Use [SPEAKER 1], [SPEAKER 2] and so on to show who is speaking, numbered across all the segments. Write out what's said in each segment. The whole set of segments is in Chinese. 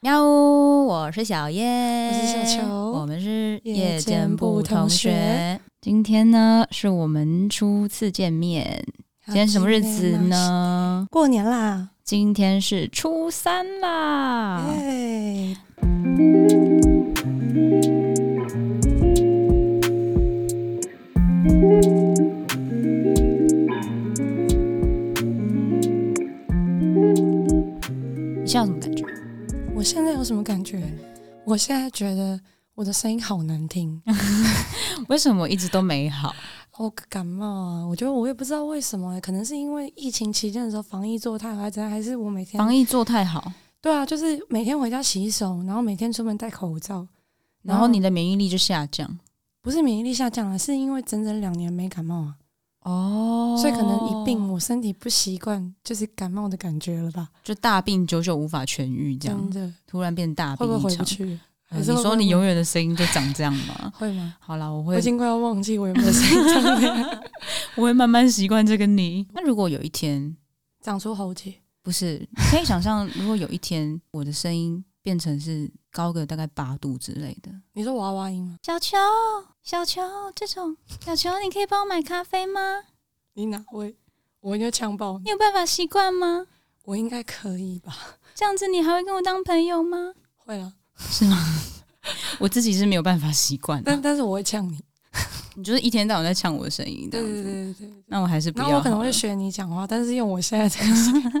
[SPEAKER 1] 喵！我是小叶，我
[SPEAKER 2] 我是小球
[SPEAKER 1] 我们是
[SPEAKER 2] 夜间部同学。
[SPEAKER 1] 今天呢，是我们初次见面。今天什么日子
[SPEAKER 2] 好久没见啦？
[SPEAKER 1] 呢？
[SPEAKER 2] 啊过年啦！
[SPEAKER 1] 今天是初三啦。
[SPEAKER 2] 哎，
[SPEAKER 1] 你现在有什么感觉？
[SPEAKER 2] 我现在有什么感觉？我现在觉得我的声音好难听，
[SPEAKER 1] 嗯为什么一直都没好？
[SPEAKER 2] 我感冒啊！我觉得我也不知道为什么，可能是因为疫情期间的时候防疫做太好，还是还是我每天
[SPEAKER 1] 防疫做太好，
[SPEAKER 2] 对啊，就是每天回家洗手，然后每天出门戴口罩，
[SPEAKER 1] 然后你的免疫力就下降。
[SPEAKER 2] 不是免疫力下降了，是因为整整两年没感冒啊，
[SPEAKER 1] 哦
[SPEAKER 2] 所以可能一病我身体不习惯，就是感冒的感觉了吧？
[SPEAKER 1] 就大病久久无法痊愈，这
[SPEAKER 2] 真
[SPEAKER 1] 样
[SPEAKER 2] 的
[SPEAKER 1] 突然变大
[SPEAKER 2] 嗯会
[SPEAKER 1] 病
[SPEAKER 2] 不会
[SPEAKER 1] 一
[SPEAKER 2] 回不
[SPEAKER 1] 场。
[SPEAKER 2] 去？
[SPEAKER 1] 呃
[SPEAKER 2] 还是
[SPEAKER 1] 你
[SPEAKER 2] 会不
[SPEAKER 1] 说
[SPEAKER 2] 会
[SPEAKER 1] 你
[SPEAKER 2] 回
[SPEAKER 1] 永远的声音就长这样吗？
[SPEAKER 2] 会吗？
[SPEAKER 1] 好啦，我
[SPEAKER 2] 我
[SPEAKER 1] 会
[SPEAKER 2] 已经快要忘记我有没有声音长这 样
[SPEAKER 1] 我会慢慢习惯这个你。那如果有一天，
[SPEAKER 2] 长出喉结，
[SPEAKER 1] 不是可以想象，如果有一天我的声音变成是高个大概八度之类的，
[SPEAKER 2] 你说娃娃音吗？
[SPEAKER 1] 小球，小球这种，小球你可以帮我买咖啡吗？
[SPEAKER 2] 你哪位？我应该呛爆你，
[SPEAKER 1] 你有办法习惯吗？
[SPEAKER 2] 我应该可以吧？
[SPEAKER 1] 这样子你还会跟我当朋友吗？
[SPEAKER 2] 会啊了，
[SPEAKER 1] 是吗？我自己是没有办法习惯的、
[SPEAKER 2] 但但是我会呛你，
[SPEAKER 1] 你就是一天到晚在呛我的声音这
[SPEAKER 2] 对
[SPEAKER 1] 样子，
[SPEAKER 2] 对对对对。
[SPEAKER 1] 那我还是不
[SPEAKER 2] 然
[SPEAKER 1] 要
[SPEAKER 2] 后我可能
[SPEAKER 1] 好
[SPEAKER 2] 会
[SPEAKER 1] 了
[SPEAKER 2] 学你讲话，但是用我现在这个声音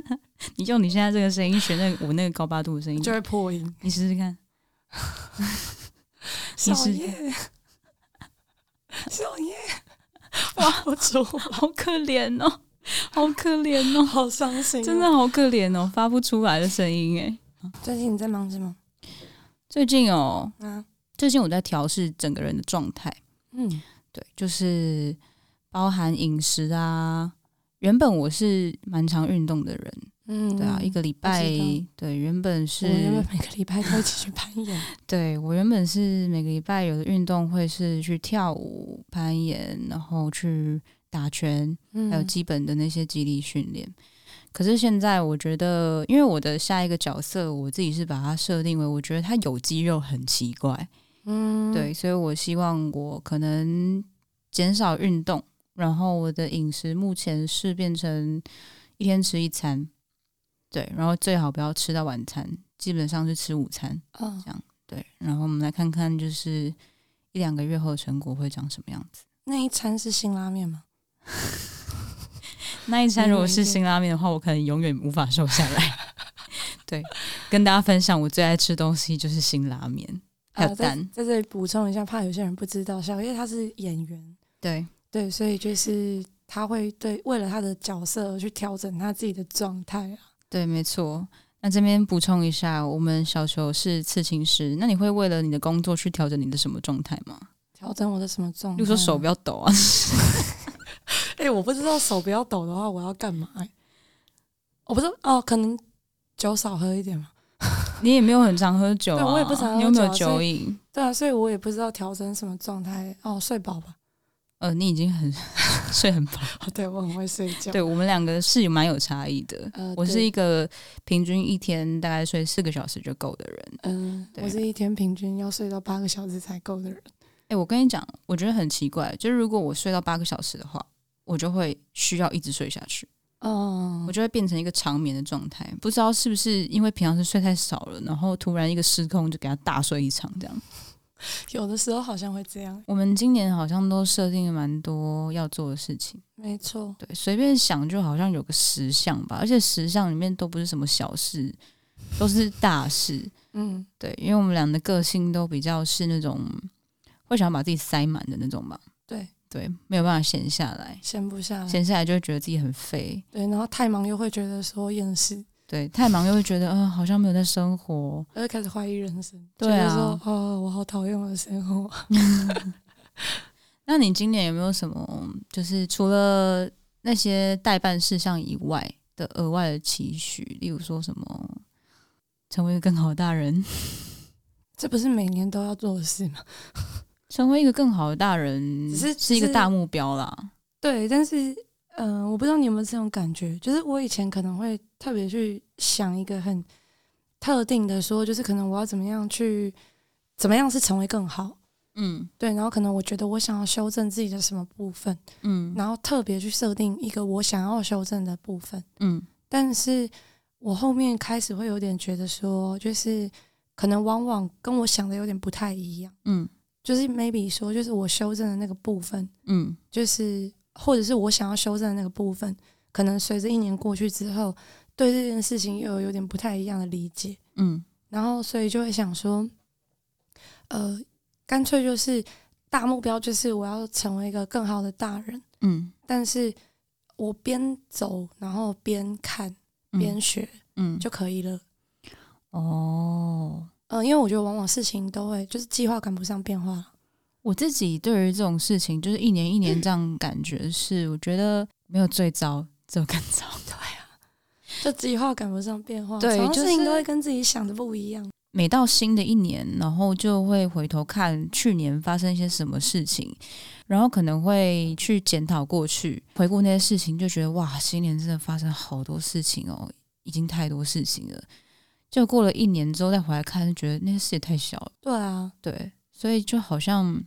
[SPEAKER 1] 你用你现在这个声音学那个我那个高八度的声音
[SPEAKER 2] 就，会破音。
[SPEAKER 1] 你试试看。你
[SPEAKER 2] 少
[SPEAKER 1] 是
[SPEAKER 2] 爷，少爷，哇，我走，
[SPEAKER 1] 好可怜哦，好可怜哦，
[SPEAKER 2] 好伤心、啊
[SPEAKER 1] 真的，好可怜哦，发不出来的声音哎。
[SPEAKER 2] 最近你在忙什么？
[SPEAKER 1] 最近哦，
[SPEAKER 2] 啊，
[SPEAKER 1] 最近我在调试整个人的状态，
[SPEAKER 2] 嗯，
[SPEAKER 1] 对，就是包含饮食啊。原本我是蛮常运动的人，
[SPEAKER 2] 嗯，
[SPEAKER 1] 对啊，一个礼拜
[SPEAKER 2] 我知道，
[SPEAKER 1] 对，原本是
[SPEAKER 2] 我们原本每个礼拜都一起去攀岩，
[SPEAKER 1] 对我原本是每个礼拜有的运动会是去跳舞、攀岩，然后去打拳，
[SPEAKER 2] 嗯
[SPEAKER 1] 还有基本的那些肌力训练。可是现在我觉得，因为我的下一个角色，我自己是把它设定为，我觉得他有肌肉很奇怪，
[SPEAKER 2] 嗯，
[SPEAKER 1] 对，所以我希望我可能减少运动，然后我的饮食目前是变成一天吃一餐，对，然后最好不要吃到晚餐，基本上是吃午餐，
[SPEAKER 2] 嗯，
[SPEAKER 1] 对，然后我们来看看就是一两个月后的成果会长什么样子。
[SPEAKER 2] 那一餐是辛拉面吗？
[SPEAKER 1] 那一餐如果
[SPEAKER 2] 嗯
[SPEAKER 1] 是
[SPEAKER 2] 对
[SPEAKER 1] 辛拉面的话，我可能永远无法瘦下来。 对，跟大家分享，我最爱吃东西就是辛拉面，还有
[SPEAKER 2] 啊在
[SPEAKER 1] 蛋。
[SPEAKER 2] 在这里补充一下，怕有些人不知道，小叶他是演员，
[SPEAKER 1] 对，
[SPEAKER 2] 对，所以就是他会对为了他的角色而去调整他自己的状态啊。
[SPEAKER 1] 对，没错。那这边补充一下，我们小球是刺青师，那你会为了你的工作去调整你的什么状态吗？
[SPEAKER 2] 调整我的什么状
[SPEAKER 1] 比
[SPEAKER 2] 态？
[SPEAKER 1] 如说手不
[SPEAKER 2] 要，
[SPEAKER 1] 要抖啊，
[SPEAKER 2] 哎、我不知道手不要抖的话，我要干嘛、欸？我不知道哦，可能酒少喝一点嘛。
[SPEAKER 1] 你也没有很常喝酒啊，
[SPEAKER 2] 对我也不常喝酒啊
[SPEAKER 1] 你有没有
[SPEAKER 2] 所
[SPEAKER 1] 酒瘾？
[SPEAKER 2] 对啊，所以我也不知道调整什么状态。哦，睡饱吧。
[SPEAKER 1] 呃，你已经很睡很饱。
[SPEAKER 2] 哦，对我很会睡觉。
[SPEAKER 1] 对我们两个是蛮有差异的。
[SPEAKER 2] 呃，
[SPEAKER 1] 我是
[SPEAKER 2] 对
[SPEAKER 1] 一个平均一天大概睡四个小时就够的人，
[SPEAKER 2] 嗯、
[SPEAKER 1] 对
[SPEAKER 2] 我是一天平均要睡到八个小时才够的人。
[SPEAKER 1] 哎、我跟你讲，我觉得很奇怪，就是如果我睡到八个小时的话，我就会需要一直睡下去，
[SPEAKER 2] 哦
[SPEAKER 1] 我，就会变成一个长眠的状态。不知道是不是因为平常是睡太少了，然后突然一个失控就给他大睡一场这样。
[SPEAKER 2] 有的时候好像会这样。
[SPEAKER 1] 我们今年好像都设定了蛮多要做的事情，
[SPEAKER 2] 没错，
[SPEAKER 1] 对，随便想就好像有个十项吧，而且十项里面都不是什么小事，都是大事。
[SPEAKER 2] 嗯，
[SPEAKER 1] 对，因为我们俩的个性都比较是那种会想要把自己塞满的那种吧，
[SPEAKER 2] 对，
[SPEAKER 1] 对，没有办法闲下来。
[SPEAKER 2] 闲不下来。
[SPEAKER 1] 闲下来就会觉得自己很废，
[SPEAKER 2] 对，然后太忙又会觉得说厌世，
[SPEAKER 1] 对，太忙又会觉得，嗯、好像没有在生活。
[SPEAKER 2] 而开始怀疑人生，
[SPEAKER 1] 对
[SPEAKER 2] 觉
[SPEAKER 1] 啊
[SPEAKER 2] 得说，哦，我好讨厌我的生活。
[SPEAKER 1] 那你今年有没有什么，就是除了那些代办事项以外的额外的期许？例如说什么成为一个更好的大人，
[SPEAKER 2] 这不是每年都要做的事吗？
[SPEAKER 1] 成为一个更好的大人，
[SPEAKER 2] 只是
[SPEAKER 1] 是一个大目标啦。
[SPEAKER 2] 对，但是，嗯、我不知道你有没有这种感觉，就是我以前可能会特别去想一个很特定的说，就是可能我要怎么样去，怎么样是成为更好，
[SPEAKER 1] 嗯
[SPEAKER 2] 对，然后可能我觉得我想要修正自己的什么部分，
[SPEAKER 1] 嗯
[SPEAKER 2] 然后特别去设定一个我想要修正的部分。
[SPEAKER 1] 嗯
[SPEAKER 2] 但是我后面开始会有点觉得说，就是可能往往跟我想的有点不太一样，
[SPEAKER 1] 嗯
[SPEAKER 2] 就是 maybe 说，就是我修正的那个部分，
[SPEAKER 1] 嗯
[SPEAKER 2] 就是或者是我想要修正的那个部分，可能随着一年过去之后，对这件事情又有点不太一样的理解，
[SPEAKER 1] 嗯
[SPEAKER 2] 然后所以就会想说，呃，干脆就是大目标就是我要成为一个更好的大人，
[SPEAKER 1] 嗯，
[SPEAKER 2] 但是我边走然后边看边学
[SPEAKER 1] 嗯
[SPEAKER 2] 就可以了。
[SPEAKER 1] 哦，
[SPEAKER 2] 嗯、因为我觉得往往事情都会就是计划赶不上变化，
[SPEAKER 1] 我自己对于这种事情，就是一年一年这样感觉是，我觉得没有最糟，只有更糟。
[SPEAKER 2] 就计划赶不上变化，
[SPEAKER 1] 对
[SPEAKER 2] 常常
[SPEAKER 1] 就
[SPEAKER 2] 事情
[SPEAKER 1] 是
[SPEAKER 2] 都会跟自己想的不一样。
[SPEAKER 1] 每到新的一年，然后就会回头看去年发生一些什么事情，然后可能会去检讨过去，回顾那些事情，就觉得哇，新年真的发生好多事情哦，已经太多事情了。就过了一年之后再回来看，就觉得那些事也太小了，
[SPEAKER 2] 对啊，
[SPEAKER 1] 对，所以就好像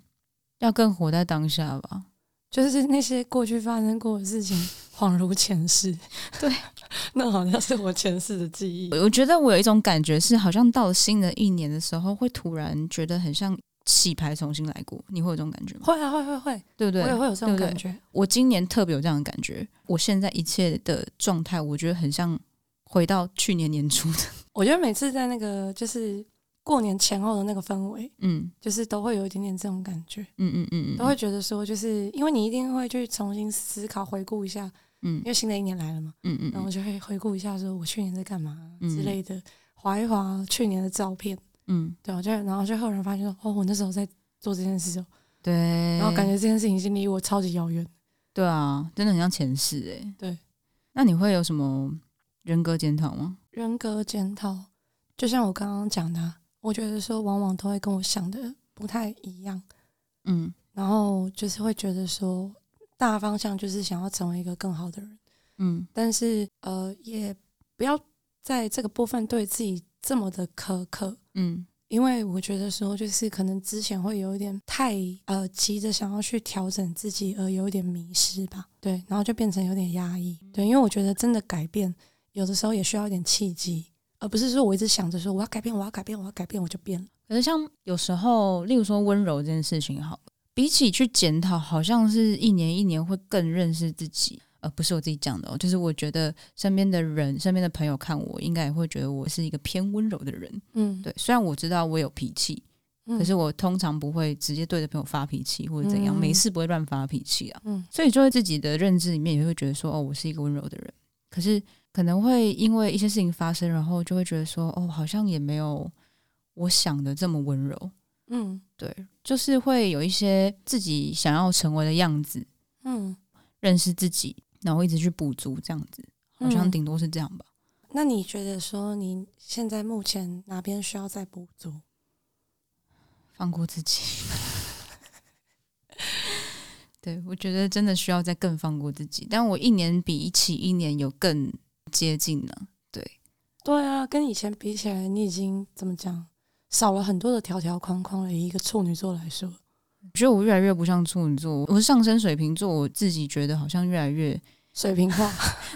[SPEAKER 1] 要更活在当下吧。
[SPEAKER 2] 就是那些过去发生过的事 情，恍如前世。
[SPEAKER 1] 对，
[SPEAKER 2] 那好像是我前世的记忆。
[SPEAKER 1] 我我觉得我有一种感觉是，好像到了新的一年的时候，会突然觉得很像洗牌重新来过。你会有这种感觉吗？
[SPEAKER 2] 会啊，会会会，
[SPEAKER 1] 对不对
[SPEAKER 2] 我也？会有这种
[SPEAKER 1] 对对
[SPEAKER 2] 感觉。
[SPEAKER 1] 我今年特别有这样的感觉。我现在一切的状态，我觉得很像回到去年年初的。
[SPEAKER 2] 我觉得每次在那个就是过年前后的那个氛围，
[SPEAKER 1] 嗯
[SPEAKER 2] 就是都会有一点点这种感觉，
[SPEAKER 1] 嗯嗯嗯嗯，
[SPEAKER 2] 都会觉得说，就是因为你一定会去重新思考、回顾一下，
[SPEAKER 1] 嗯
[SPEAKER 2] 因为新的一年来了嘛，
[SPEAKER 1] 嗯嗯
[SPEAKER 2] 然后
[SPEAKER 1] 嗯
[SPEAKER 2] 就会回顾一下，说我去年在干嘛
[SPEAKER 1] 嗯
[SPEAKER 2] 之类的，划一划去年的照片，
[SPEAKER 1] 嗯，
[SPEAKER 2] 对啊，就然后就忽然发现说，哦，我那时候在做这件事哦，
[SPEAKER 1] 对。
[SPEAKER 2] 然后感觉这件事情已经离我超级遥远。
[SPEAKER 1] 对啊，真的很像前世哎、欸。
[SPEAKER 2] 对，
[SPEAKER 1] 那你会有什么人格检讨吗？
[SPEAKER 2] 人格检讨，就像我刚刚讲的啊，我觉得说往往都会跟我想的不太一样，
[SPEAKER 1] 嗯
[SPEAKER 2] 然后就是会觉得说大方向就是想要成为一个更好的人，
[SPEAKER 1] 嗯
[SPEAKER 2] 但是呃，也不要在这个部分对自己这么的苛刻，
[SPEAKER 1] 嗯
[SPEAKER 2] 因为我觉得说就是可能之前会有一点太呃急着想要去调整自己而有一点迷失吧，对，然后就变成有点压抑，对，因为我觉得真的改变有的时候也需要一点契机。而不是说我一直想着说我要改变，我要改变，我要改变，我就变了。
[SPEAKER 1] 可是像有时候，例如说温柔这件事情好了，比起去检讨，好像是一年一年会更认识自己。呃，不是我自己讲的哦，就是我觉得身边的人、身边的朋友看我，应该也会觉得我是一个偏温柔的人。
[SPEAKER 2] 嗯，
[SPEAKER 1] 对，虽然我知道我有脾气，
[SPEAKER 2] 嗯，
[SPEAKER 1] 可是我通常不会直接对着朋友发脾气或者怎样，
[SPEAKER 2] 嗯
[SPEAKER 1] 没事不会乱发脾气啊。
[SPEAKER 2] 嗯
[SPEAKER 1] 所以就会自己的认知里面也会觉得说，哦，我是一个温柔的人。可是可能会因为一些事情发生，然后就会觉得说，哦，好像也没有我想的这么温柔。
[SPEAKER 2] 嗯
[SPEAKER 1] 对，就是会有一些自己想要成为的样子，
[SPEAKER 2] 嗯，
[SPEAKER 1] 认识自己，然后一直去补足这样子，好像
[SPEAKER 2] 嗯
[SPEAKER 1] 顶多是这样吧。
[SPEAKER 2] 那你觉得说你现在目前哪边需要再补足？
[SPEAKER 1] 放过自己， 对我觉得真的需要再更放过自己，但我一年比起一年有更接近了。
[SPEAKER 2] 对啊，跟以前比起来，你已经怎么讲少了很多的条条框框了。以一个处女座来说，
[SPEAKER 1] 我觉得我越来越不像处女座，我是上升水瓶座，我自己觉得好像越来越
[SPEAKER 2] 水瓶 化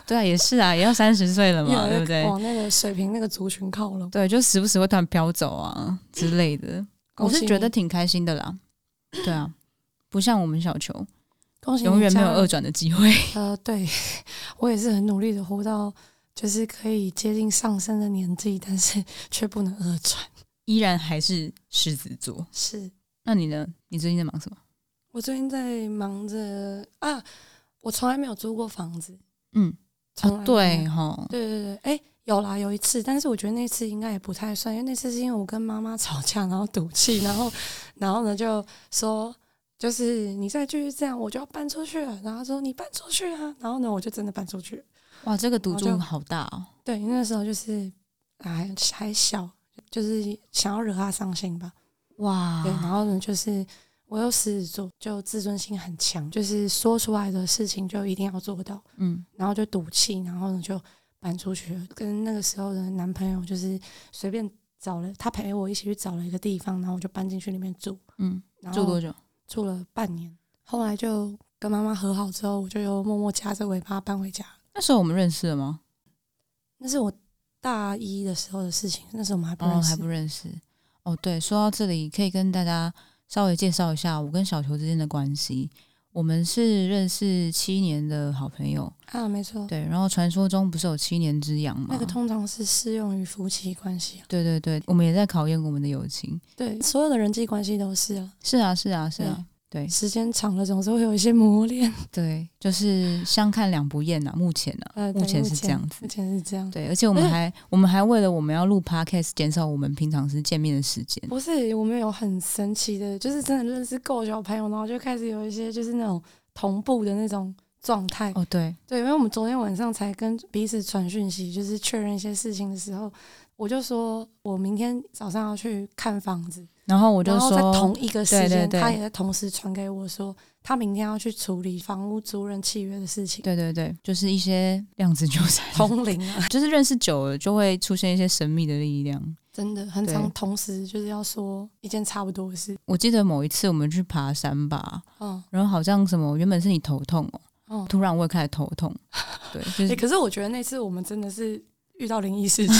[SPEAKER 1] 对啊，也是啊，也要三十岁了
[SPEAKER 2] 越哦
[SPEAKER 1] 嘛，
[SPEAKER 2] 来
[SPEAKER 1] 对不
[SPEAKER 2] 越
[SPEAKER 1] 对？
[SPEAKER 2] 往那个水瓶那个族群靠拢。
[SPEAKER 1] 对，就时不时会突然飘走啊之类的。我
[SPEAKER 2] 恭喜
[SPEAKER 1] 是
[SPEAKER 2] 你
[SPEAKER 1] 觉得，挺开心的 啦。对啊，不像我们小球，
[SPEAKER 2] 恭喜你
[SPEAKER 1] 永远没有
[SPEAKER 2] 加
[SPEAKER 1] 二转的机会。
[SPEAKER 2] 呃，对 我也是很努力的活到就是可以接近上升的年纪，但是 却不能二转。
[SPEAKER 1] 依然还是狮子座。
[SPEAKER 2] 是
[SPEAKER 1] 那你呢？你最近在忙什么？
[SPEAKER 2] 我最近在忙着啊，我从来没有租过房子，
[SPEAKER 1] 嗯，
[SPEAKER 2] 从来没有、
[SPEAKER 1] 对哈，
[SPEAKER 2] 对对对，哎、有啦，有一次，但是我觉得那次应该也不太算，因为那次是因为我跟妈妈吵架，然后赌气，然后，然后呢就说，就是你再继续这样，我就要搬出去了。然后她说你搬出去啊，然后呢我就真的搬出去了。
[SPEAKER 1] 哇，这个赌
[SPEAKER 2] 然
[SPEAKER 1] 注
[SPEAKER 2] 后就
[SPEAKER 1] 好大哦。
[SPEAKER 2] 对，那时候就是还还小，就是想要惹她伤心吧。
[SPEAKER 1] 哇
[SPEAKER 2] 对，然后呢就是我又狮子座，就自尊心很强，就是说出来的事情就一定要做到，
[SPEAKER 1] 嗯
[SPEAKER 2] 然后就赌气，然后呢就搬出去了，跟那个时候的男朋友就是随便找了，他陪我一起去找了一个地方，然后我就搬进去里面住，
[SPEAKER 1] 嗯，
[SPEAKER 2] 然
[SPEAKER 1] 住
[SPEAKER 2] 后
[SPEAKER 1] 多久？
[SPEAKER 2] 住了半年，后来就跟妈妈和好之后，我就又默默夹着尾巴搬回家。
[SPEAKER 1] 那时候我们认识了吗？
[SPEAKER 2] 那是我大一的时候的事情，那时候我们还不
[SPEAKER 1] 哦，
[SPEAKER 2] 认识，
[SPEAKER 1] 还不认识。哦，对，说到这里，可以跟大家稍微介绍一下我跟小球之间的关系。我们是认识七年的好朋友，
[SPEAKER 2] 啊，没错，
[SPEAKER 1] 对。然后传说中不是有七年之痒吗？
[SPEAKER 2] 那个通常是适用于夫妻关系啊，
[SPEAKER 1] 对对对，我们也在考验我们的友情。
[SPEAKER 2] 对，所有的人际关系都是啊，
[SPEAKER 1] 是啊，是啊，是啊，对
[SPEAKER 2] 时间长了总是会有一些磨练，
[SPEAKER 1] 对，就是相看两不厌呐、目前呐、啊
[SPEAKER 2] 呃，对
[SPEAKER 1] 目前
[SPEAKER 2] 目
[SPEAKER 1] 是这样子
[SPEAKER 2] 目。前是这样，
[SPEAKER 1] 对，而且我们
[SPEAKER 2] 而且
[SPEAKER 1] 还我们还为了我们要录 podcast 减少我们平常时见面的时间。
[SPEAKER 2] 不是，我们有很神奇的，就是真的认识够小朋友，然后就开始有一些就是那种同步的那种状态。
[SPEAKER 1] 哦，对，
[SPEAKER 2] 对，因为我们昨天晚上才跟彼此传讯息，就是确认一些事情的时候，我就说我明天早上要去看房子，
[SPEAKER 1] 然后我就
[SPEAKER 2] 然后在
[SPEAKER 1] 说，
[SPEAKER 2] 同一个时
[SPEAKER 1] 对
[SPEAKER 2] 间，
[SPEAKER 1] 对对
[SPEAKER 2] 他也在同时传给我说他明天要去处理房屋租赁契约的事情，
[SPEAKER 1] 对对对，就是一些量子纠 缠，
[SPEAKER 2] 通灵啊，
[SPEAKER 1] 就是认识久了就会出现一些神秘的力量。
[SPEAKER 2] 真的很
[SPEAKER 1] 对
[SPEAKER 2] 常同时就是要说一件差不多的事，
[SPEAKER 1] 我记得某一次我们去爬山吧，
[SPEAKER 2] 嗯
[SPEAKER 1] 然后好像什么原本是你头痛哦，
[SPEAKER 2] 嗯。
[SPEAKER 1] 突然我也开始头痛， 对，就
[SPEAKER 2] 哎、
[SPEAKER 1] 是
[SPEAKER 2] 可是我觉得那次我们真的是遇到灵异 事件，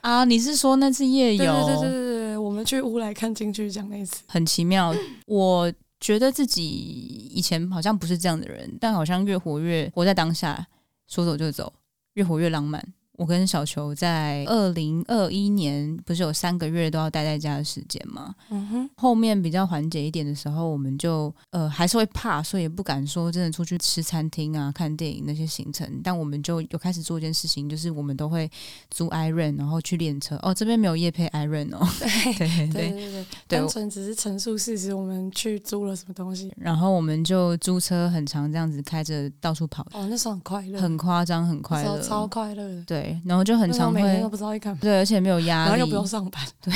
[SPEAKER 1] 啊，你是说那次夜
[SPEAKER 2] 对
[SPEAKER 1] 游？
[SPEAKER 2] 对对对对对，我们去乌来看京剧奖那一次，
[SPEAKER 1] 很奇妙。我觉得自己以前好像不是这样的人，但好像越活越活在当下，说走就走，越活越浪漫。我跟小球在二零二一年不是有三个月都要待在家的时间吗？
[SPEAKER 2] 嗯哼，
[SPEAKER 1] 后面比较缓解一点的时候，我们就呃还是会怕，所以也不敢说真的出去吃餐厅啊、看电影那些行程。但我们就有开始做一件事情，就是我们都会租 Iron，然后去练车。哦，这边没有夜配 Iron 哦，
[SPEAKER 2] 对
[SPEAKER 1] 对对
[SPEAKER 2] 对对对，
[SPEAKER 1] 对
[SPEAKER 2] 单纯只是陈述事实，我们去租了什么东西，
[SPEAKER 1] 然后我们就租车很长，这样子开着到处跑，
[SPEAKER 2] 哦，那时候很快乐，
[SPEAKER 1] 很夸张，很快
[SPEAKER 2] 那时候超
[SPEAKER 1] 乐。
[SPEAKER 2] 快乐的，
[SPEAKER 1] 对，然后就很
[SPEAKER 2] 那时候
[SPEAKER 1] 常
[SPEAKER 2] 每天都
[SPEAKER 1] 会
[SPEAKER 2] 不知道在干嘛，
[SPEAKER 1] 对，而且没有
[SPEAKER 2] 然
[SPEAKER 1] 压
[SPEAKER 2] 后
[SPEAKER 1] 力
[SPEAKER 2] 又不。用上班，
[SPEAKER 1] 对，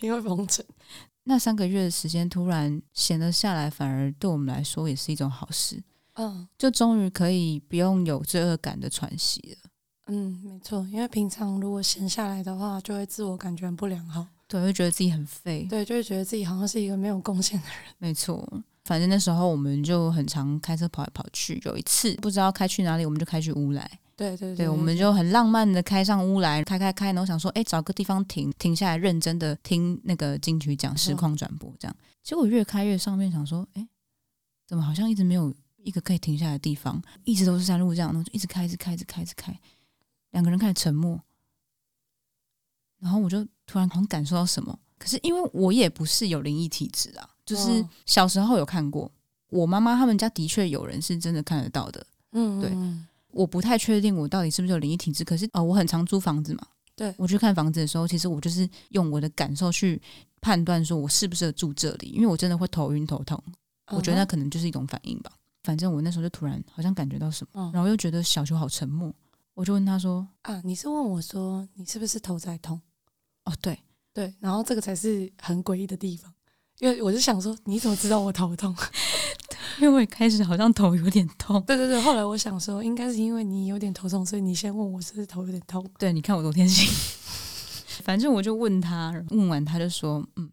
[SPEAKER 2] 因为封城，
[SPEAKER 1] 那三个月的时间突然闲了下来，反而对我们来说也是一种好事，
[SPEAKER 2] 嗯
[SPEAKER 1] 就终于可以不用有罪恶感的喘息了。
[SPEAKER 2] 嗯，没错，因为平常如果闲下来的话，就会自我感觉很不良好，
[SPEAKER 1] 对，会觉得自己很废。
[SPEAKER 2] 对，就会觉得自己好像是一个没有贡献的人，
[SPEAKER 1] 没错，反正那时候我们就很常开车跑来跑去。有一次不知道开去哪里，我们就开去乌来。
[SPEAKER 2] 对对
[SPEAKER 1] 对，我们就很浪漫的开上屋来，开开开，然后想说，哎，找个地方停，停下来认真的听那个金曲奖实况转播，这样。结果越开越上面，想说，哎，怎么好像一直没有一个可以停下来的地方，一直都是山路这样，然后就一直开，一直开，一直开，一直开。两个人开始沉默，然后我就突然好像感受到什么，可是因为我也不是有灵异体质啊，就是
[SPEAKER 2] 哦
[SPEAKER 1] 小时候有看过，我妈妈他们家的确有人是真的看得到的，
[SPEAKER 2] 嗯
[SPEAKER 1] 对
[SPEAKER 2] 嗯嗯
[SPEAKER 1] 我不太确定我到底是不是有灵异体质，可是呃，我很常租房子嘛，
[SPEAKER 2] 对
[SPEAKER 1] 我去看房子的时候，其实我就是用我的感受去判断说我适不适合住这里，因为我真的会头晕头痛，我觉得
[SPEAKER 2] 嗯
[SPEAKER 1] 那可能就是一种反应吧。反正我那时候就突然好像感觉到什么，
[SPEAKER 2] 嗯哼嗯
[SPEAKER 1] 然后又觉得小球好沉默，我就问他说
[SPEAKER 2] 啊，你是问我说你是不是头在痛？：“
[SPEAKER 1] 哦，对，
[SPEAKER 2] 对，然后这个才是很诡异的地方，因为我就想说，你怎么知道我头痛？
[SPEAKER 1] 因为我也开始好像头有点痛。
[SPEAKER 2] 对对对，后来我想说，应该是因为你有点头痛，所以你先问我是不是头有点痛。”
[SPEAKER 1] 对，你看我多天性。 反正我就问他，问完他就说：“嗯，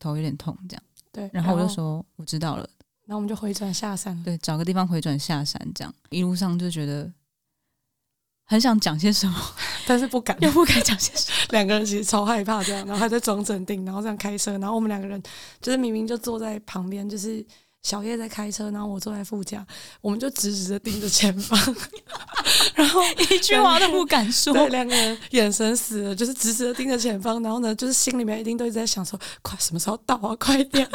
[SPEAKER 1] 头有点痛。”这样，
[SPEAKER 2] 对，
[SPEAKER 1] 然后我就，说：“我知道了。”
[SPEAKER 2] 然后我们就回转下山了。
[SPEAKER 1] 对，找个地方回转下山，这样一路上就觉得很想讲些什么，
[SPEAKER 2] 但是不敢，
[SPEAKER 1] 又不该讲些什么。
[SPEAKER 2] 两个人其实超害怕这样，然后还在装镇定，然后这样开车，然后我们两个人就是明明就坐在旁边，就是小叶在开车，然后我坐在副驾，我们就直直的盯着前方， 然后
[SPEAKER 1] 一句话都不敢说。
[SPEAKER 2] 对，两个人眼神死了，就是直直的盯着前方，然后呢，就是心里面一定都一直在想说，快什么时候到啊，快点！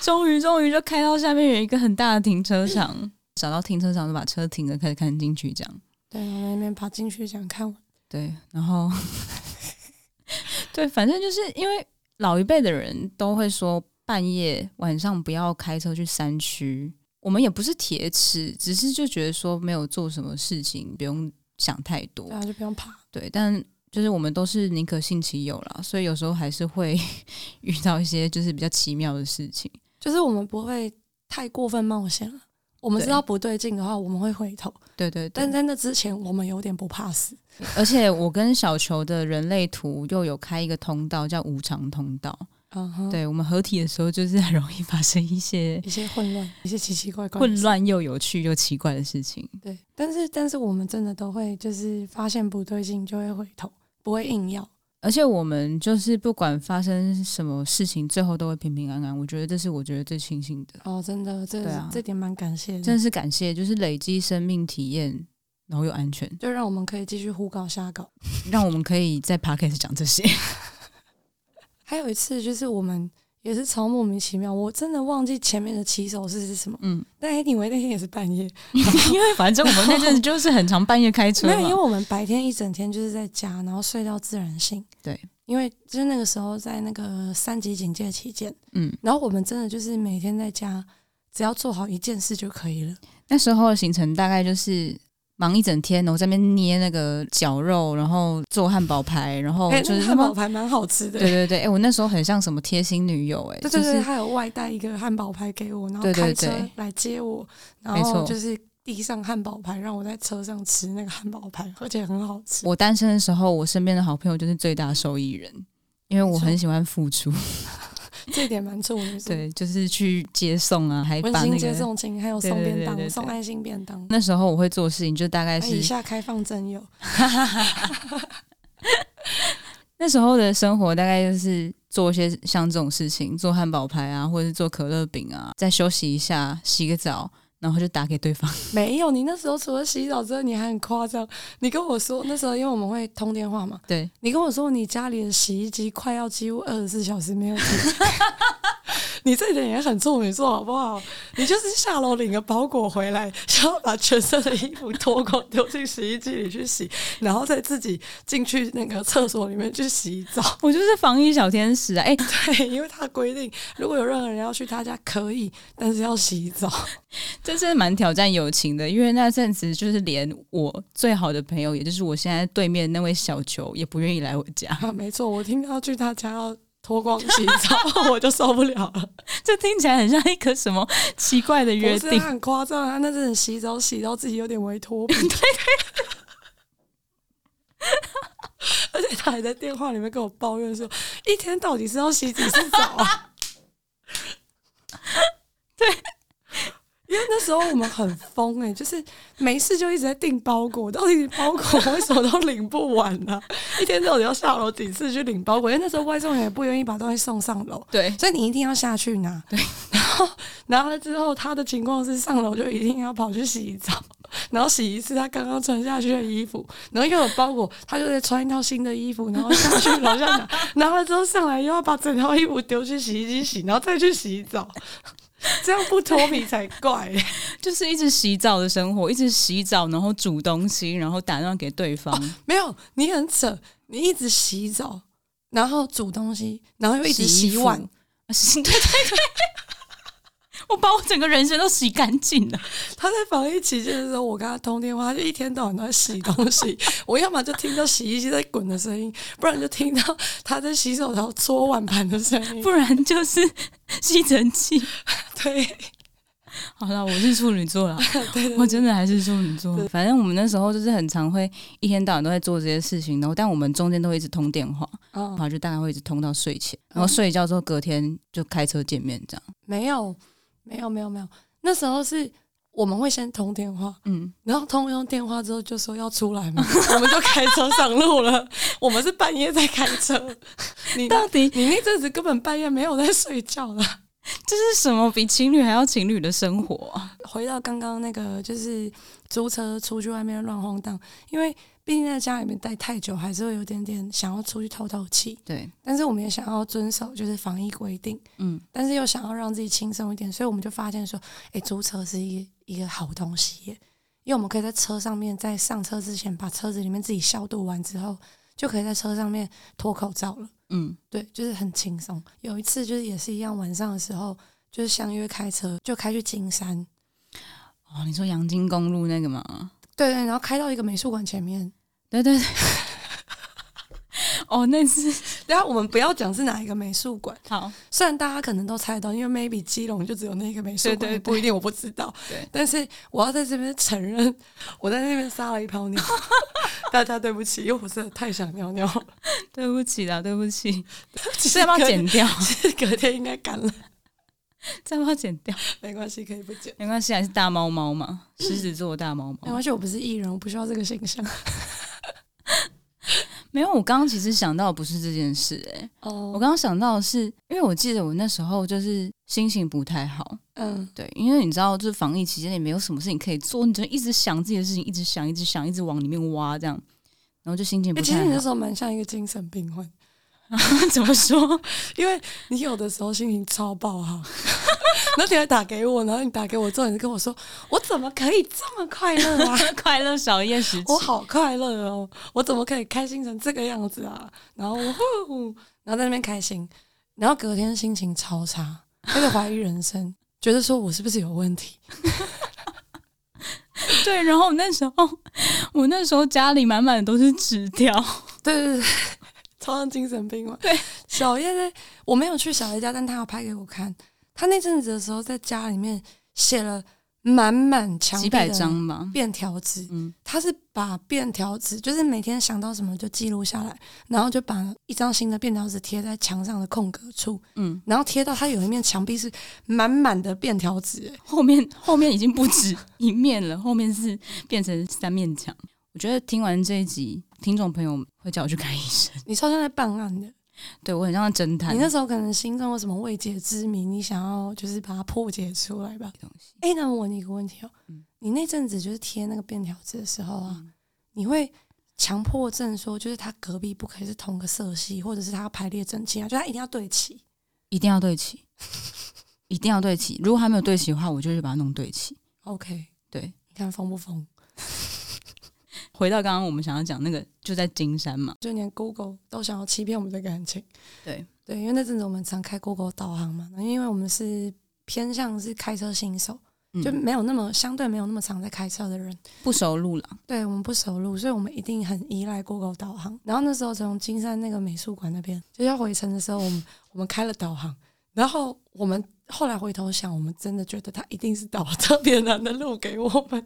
[SPEAKER 1] 终于，终于就开到下面有一个很大的停车场，找到停车场就把车停了，开始看进去这样。
[SPEAKER 2] 对，我们那边爬进去想看，
[SPEAKER 1] 对，然后 对，反正就是因为老一辈的人都会说，半夜晚上不要开车去山区。我们也不是铁齿，只是就觉得说没有做什么事情，不用想太多
[SPEAKER 2] 对。啊，就不用爬。
[SPEAKER 1] 对，但就是我们都是宁可信其有啦，所以有时候还是会 遇到一些就是比较奇妙的事情。
[SPEAKER 2] 就是我们不会太过分冒险了。我们知
[SPEAKER 1] 对
[SPEAKER 2] 道不对劲的话，我们会回头。
[SPEAKER 1] 对对对
[SPEAKER 2] 但。在那之前，我们有点不怕死。
[SPEAKER 1] 而且我跟小球的人类图又有开一个通道叫无常通道，
[SPEAKER 2] 嗯哼，
[SPEAKER 1] 对我们合体的时候就是很容易发生一些
[SPEAKER 2] 一些混乱，一些奇奇怪怪的
[SPEAKER 1] 混乱又有趣又奇怪的事情。
[SPEAKER 2] 对，但是但是我们真的都会就是发现不对劲就会回头，不会硬要。
[SPEAKER 1] 而且我们就是不管发生什么事情，最后都会平平安安。我觉得这是我觉得最庆幸的，
[SPEAKER 2] 哦，真的，这、
[SPEAKER 1] 对啊
[SPEAKER 2] 这点蛮感谢
[SPEAKER 1] 真
[SPEAKER 2] 的，
[SPEAKER 1] 的是感谢，就是累积生命体验，然后又安全，
[SPEAKER 2] 就让我们可以继续胡搞瞎搞。
[SPEAKER 1] 让我们可以在 p o d c a s 讲这些。
[SPEAKER 2] 还有一次就是我们也是超莫名其妙，我真的忘记前面的起手式是什么，
[SPEAKER 1] 嗯，
[SPEAKER 2] 但 anyway 那天也是半夜，
[SPEAKER 1] 因为反正我们那阵子就是很常半夜开车
[SPEAKER 2] 没有，因为
[SPEAKER 1] 嘛，
[SPEAKER 2] 我们白天一整天就是在家，然后睡到自然醒。
[SPEAKER 1] 对，
[SPEAKER 2] 因为就是那个时候在那个三级警戒期间，
[SPEAKER 1] 嗯，
[SPEAKER 2] 然后我们真的就是每天在家，只要做好一件事就可以了。
[SPEAKER 1] 那时候的行程大概就是。忙一整天，然后在那边捏那个绞肉，然后做汉堡排，然后
[SPEAKER 2] 哎、
[SPEAKER 1] 哦就是他
[SPEAKER 2] 那个汉
[SPEAKER 1] 们
[SPEAKER 2] 堡排蛮好吃的。
[SPEAKER 1] 对对对，哎、我那时候很像什么贴心女友、哎，
[SPEAKER 2] 对
[SPEAKER 1] 就
[SPEAKER 2] 对对，
[SPEAKER 1] 是
[SPEAKER 2] 他有外带一个汉堡排给我，然后
[SPEAKER 1] 对对
[SPEAKER 2] 开车
[SPEAKER 1] 对
[SPEAKER 2] 来接我，然
[SPEAKER 1] 没
[SPEAKER 2] 后
[SPEAKER 1] 错
[SPEAKER 2] 就是递上汉堡排，让我在车上吃那个汉堡排，而且很好吃。
[SPEAKER 1] 我单身的时候，我身边的好朋友就是最大受益人，因为我很喜欢付出，
[SPEAKER 2] 这一点蛮处女座，
[SPEAKER 1] 对，就是去接送啊，还
[SPEAKER 2] 温
[SPEAKER 1] 把
[SPEAKER 2] 馨
[SPEAKER 1] 那
[SPEAKER 2] 接
[SPEAKER 1] 个
[SPEAKER 2] 送情，还有
[SPEAKER 1] 对
[SPEAKER 2] 送
[SPEAKER 1] 对
[SPEAKER 2] 便
[SPEAKER 1] 对
[SPEAKER 2] 当，
[SPEAKER 1] 对对
[SPEAKER 2] 送爱心便当。哎
[SPEAKER 1] 那时候我会做的事情，就大概
[SPEAKER 2] 那以
[SPEAKER 1] 是
[SPEAKER 2] 下开放真友，
[SPEAKER 1] 那时候的生活，大概就是做一些像这种事情，做汉堡排啊，或者是做可乐饼啊，再休息一下，洗个澡，然后就打给对方。
[SPEAKER 2] 没有，你那时候除了洗澡之外，你还很夸张。你跟我说那时候，因为我们会通电话嘛，
[SPEAKER 1] 对，
[SPEAKER 2] 你跟我说你家里的洗衣机快要几乎二十四小 时没有停，你这点也很处女座好不好？你就是下楼领个包裹回来，想要把全身的衣服脱光丢进洗衣机里去洗，然后再自己进去那个厕所里面去洗澡。
[SPEAKER 1] 我就是防疫小天使啊！哎、
[SPEAKER 2] 对，因为他规定如果有任何人要去他家可以，但是要洗澡。
[SPEAKER 1] 这是蛮挑战友情的，因为那阵子就是连我最好的朋友，也就是我现在对面那位小球，也不愿意来我家。
[SPEAKER 2] 啊，没错，我听到去他家要脱光洗澡， 我就受不了了。
[SPEAKER 1] 这听起来很像一个什么奇怪的
[SPEAKER 2] 不
[SPEAKER 1] 约
[SPEAKER 2] 是
[SPEAKER 1] 定
[SPEAKER 2] 他。很夸张啊，他那阵洗澡洗到自己有点微脱皮。 而且他还在电话里面跟我抱怨说，一天到底是要洗几次澡 啊？对，因为那时候我们很疯哎、就是没事就一直在订包裹，到底包裹为什么都领不完呢、一天到底要下楼几次去领包裹？因为那时候外送员也不愿意把东西送上楼，
[SPEAKER 1] 对，
[SPEAKER 2] 所以你一定要下去拿。对，然后拿了之后，他的情况是上楼就一定要跑去洗澡， 然后洗一次他刚刚穿下去的衣服，然后又有包裹，他就再穿一套新的衣服，然后下去楼下 拿，拿了之后上来又要把整套衣服丢去洗衣机洗，然后再去洗澡，这样不脱皮才怪、
[SPEAKER 1] 就是一直洗澡的生活，一直洗澡，然后煮东西，然后打电话给对方，
[SPEAKER 2] 没有，你很扯，你一直洗澡，然后煮东西，然后又一直
[SPEAKER 1] 洗衣
[SPEAKER 2] 洗
[SPEAKER 1] 服
[SPEAKER 2] 碗，
[SPEAKER 1] 对对对，我把我整个人生都洗干净了。
[SPEAKER 2] 他在防疫期间的时候，我跟他通电话，他就一天到晚都在洗东西。 我要么就听到洗衣机在滚的声音，不然就听到他在洗手槽搓碗盘的声音
[SPEAKER 1] 不。然就是吸尘器。
[SPEAKER 2] 对，
[SPEAKER 1] 好了，我是处女座啦，
[SPEAKER 2] 对对
[SPEAKER 1] 我真的还是处女座。反正我们那时候就是很常会一天到晚都在做这些事情，然后但我们中间都会一直通电话，
[SPEAKER 2] 哦
[SPEAKER 1] 然，后就大概会一直通到睡前，然后睡一觉之后隔天就开车见面这样。
[SPEAKER 2] 没有，没有，没有，没有。那时候是我们会先通电话，
[SPEAKER 1] 嗯，
[SPEAKER 2] 然后通用电话之后就说要出来嘛， 我们就开车上路了。我们是半夜在开车，你
[SPEAKER 1] 到 底
[SPEAKER 2] 你那阵子根本半夜没有在睡觉了。
[SPEAKER 1] 这是什么比情侣还要情侣的生活啊？
[SPEAKER 2] 回到刚刚那个，就是租车出去外面乱晃荡，因为毕竟在家里面待太久，还是会有点点想要出去透透气。
[SPEAKER 1] 对，
[SPEAKER 2] 但是我们也想要遵守就是防疫规定，
[SPEAKER 1] 嗯，
[SPEAKER 2] 但是又想要让自己轻松一点，所以我们就发现说，诶，租车是一个一个好东西耶，因为我们可以在车上面，在上车之前把车子里面自己消毒完之后，就可以在车上面脱口罩了。
[SPEAKER 1] 嗯，
[SPEAKER 2] 对，就是很轻松。有一次就是也是一样，晚上的时候就是相约开车，就开去金山，
[SPEAKER 1] 哦，你说阳金公路那个吗？
[SPEAKER 2] 对对，然后开到一个美术馆前面，
[SPEAKER 1] 对对对。哦，那次
[SPEAKER 2] 然啊后我们不要讲是哪一个美术馆，
[SPEAKER 1] 好，
[SPEAKER 2] 虽然大家可能都猜到，因为 maybe 基隆就只有那个美术馆，
[SPEAKER 1] 对对对
[SPEAKER 2] 也不一定我不知 道。
[SPEAKER 1] 对，
[SPEAKER 2] 但是我要在这边承认，我在那边撒了一泡 尿，大家对不起，因为我真的太想尿尿 了。
[SPEAKER 1] 对不起啦，对不 起，
[SPEAKER 2] 其
[SPEAKER 1] 这要不要
[SPEAKER 2] 隔
[SPEAKER 1] 剪？ 掉？
[SPEAKER 2] 其实隔天应该干了，
[SPEAKER 1] 这要不要剪掉？嗯
[SPEAKER 2] 没关系，可以不剪。
[SPEAKER 1] 没关系，还是大猫猫嘛，狮子座大猫
[SPEAKER 2] 没
[SPEAKER 1] 猫。
[SPEAKER 2] 关系，我不是艺人，我不需要这个形象。
[SPEAKER 1] 没有，我刚刚其实想到的不是这件事、欸，
[SPEAKER 2] 哦
[SPEAKER 1] 我刚刚想到的是，因为我记得我那时候就是心情不太好，
[SPEAKER 2] 嗯，
[SPEAKER 1] 对，因为你知道，就是防疫期间也没有什么事情可以做，你就一直想自己的事情，一直想，一直想，一直往里面挖，这样，然后就心情
[SPEAKER 2] 欸
[SPEAKER 1] 不
[SPEAKER 2] 其实
[SPEAKER 1] 太
[SPEAKER 2] 你那
[SPEAKER 1] 好。
[SPEAKER 2] 时候蛮像一个精神病患，
[SPEAKER 1] 怎么说？
[SPEAKER 2] 因为你有的时候心情超爆好， 然后你还打给我，然后你打给我之后，你就跟我说：“我怎么可以这么快乐 啊？
[SPEAKER 1] 快乐小夜时期
[SPEAKER 2] 我，好快乐哦！我怎么可以开心成这个样子啊？”然后我呼，然后在那边开心，然后隔天心情超差，开始怀疑人生，觉得说我是不是有问 题？
[SPEAKER 1] 对。然后那时候，我那时候家里满满的都是纸条，
[SPEAKER 2] 对对对，超像精神病嘛。
[SPEAKER 1] 对，
[SPEAKER 2] 小叶呢，我没有去小叶家，但他要拍给我看。他那阵子的时候，在家里面写了满满 墙
[SPEAKER 1] 几
[SPEAKER 2] 壁
[SPEAKER 1] 百
[SPEAKER 2] 的
[SPEAKER 1] 张吧。
[SPEAKER 2] 便条纸，
[SPEAKER 1] 嗯，
[SPEAKER 2] 他是把便条纸，就是每天想到什么就记录下来，然后就把一张新的便条纸贴在墙上的空格处，
[SPEAKER 1] 嗯，
[SPEAKER 2] 然后贴到他有一面墙壁是满满的便条纸，哎
[SPEAKER 1] 后面 后面已经不止一面了，后面是变成三面墙。我觉得听完这一集，听众朋友会叫我去看医生，
[SPEAKER 2] 你超像在办案的。
[SPEAKER 1] 对我很像侦探
[SPEAKER 2] 你。那时候可能心中有什么未解之谜，你想要就是把它破解出来吧。哎、那我问你一个问题哦，
[SPEAKER 1] 嗯
[SPEAKER 2] 你那阵子就是贴那个便条纸的时候啊，你会强迫症说，就是他隔壁不可以是同个色系，或者是他要排列整齐啊，就他一定要对齐。
[SPEAKER 1] 一定要对齐，一定要对齐。如果还没有对齐的话，我就去把它弄对齐。
[SPEAKER 2] OK，
[SPEAKER 1] 对，
[SPEAKER 2] 你看疯不疯？
[SPEAKER 1] 回到刚刚我们想要讲那个，就在金山嘛，
[SPEAKER 2] 就连 Google 都想要欺骗我们的感情。
[SPEAKER 1] 对
[SPEAKER 2] 对，因为那阵子我们常开 Google 导航嘛，那因为我们是偏向是开车新手，
[SPEAKER 1] 嗯
[SPEAKER 2] 就没有那么相对没有那么常在开车的人，
[SPEAKER 1] 不熟路了。
[SPEAKER 2] 对我们不熟路，所以我们一定很依赖 Google 导航。然后那时候从金山那个美术馆那边，就要回程的时候，我们我们开了导航，然后我们后来回头想，我们真的觉得他一定是导 特别难的路给我们。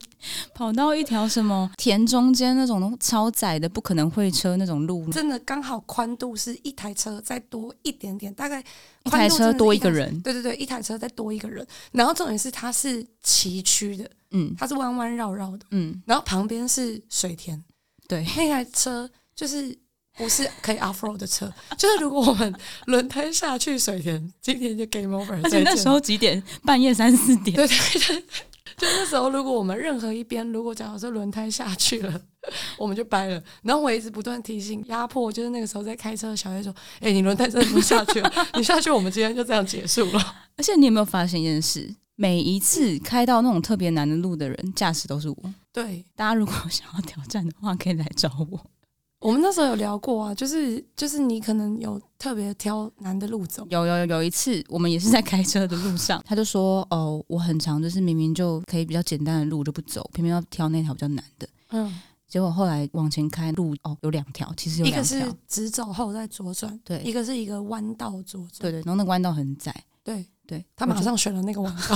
[SPEAKER 1] 跑到一条什么田中间那种超窄的，不可能会车那种路，
[SPEAKER 2] 真的刚好宽度是一台车再多一点点，大概
[SPEAKER 1] 一
[SPEAKER 2] 宽
[SPEAKER 1] 台
[SPEAKER 2] 度真
[SPEAKER 1] 车
[SPEAKER 2] 的是
[SPEAKER 1] 多一
[SPEAKER 2] 台
[SPEAKER 1] 个。人。
[SPEAKER 2] 对对对，一台车再多一个人，然后重点是它是崎岖的，
[SPEAKER 1] 嗯
[SPEAKER 2] 它是弯弯绕绕的，
[SPEAKER 1] 嗯，
[SPEAKER 2] 然后旁边是水田，
[SPEAKER 1] 对，
[SPEAKER 2] 那台车就是不是可以 off road 的车， 就是如果我们轮胎下去水田，今天就 game over 再见。
[SPEAKER 1] 而且那时候几点？半夜三四点。
[SPEAKER 2] 对对对， 就那时候，如果我们任何一边，如果假如说轮胎下去了， 我们就掰了。然后我一直不断提醒、压迫，就是那个时候在开车的小叶说：“哎、你轮胎真的不下去了，你下去，我们今天就这样结束了。
[SPEAKER 1] 而且你有没有发现一件事？每一次开到那种特别难的路的人，驾驶都是我。”
[SPEAKER 2] 对。
[SPEAKER 1] 大家如果想要挑战的话，可以来找我。
[SPEAKER 2] 我们那时候有聊过啊，就是就是你可能有特别挑难的路走，
[SPEAKER 1] 有有有有一次，我们也是在开车的路上， 他就说：“哦，我很常就是明明就可以比较简单的路，我就不走，偏偏要挑那条比较难的。
[SPEAKER 2] 嗯，”
[SPEAKER 1] 结果后来往前开路，哦，有两条，其实有
[SPEAKER 2] 一
[SPEAKER 1] 两
[SPEAKER 2] 个是
[SPEAKER 1] 条，
[SPEAKER 2] 直走后再左转，
[SPEAKER 1] 对
[SPEAKER 2] 一个是一个弯道左转，
[SPEAKER 1] 对对，然后那个弯道很窄，
[SPEAKER 2] 对，
[SPEAKER 1] 对
[SPEAKER 2] 他
[SPEAKER 1] 我
[SPEAKER 2] 马
[SPEAKER 1] 就
[SPEAKER 2] 上选了那个弯道，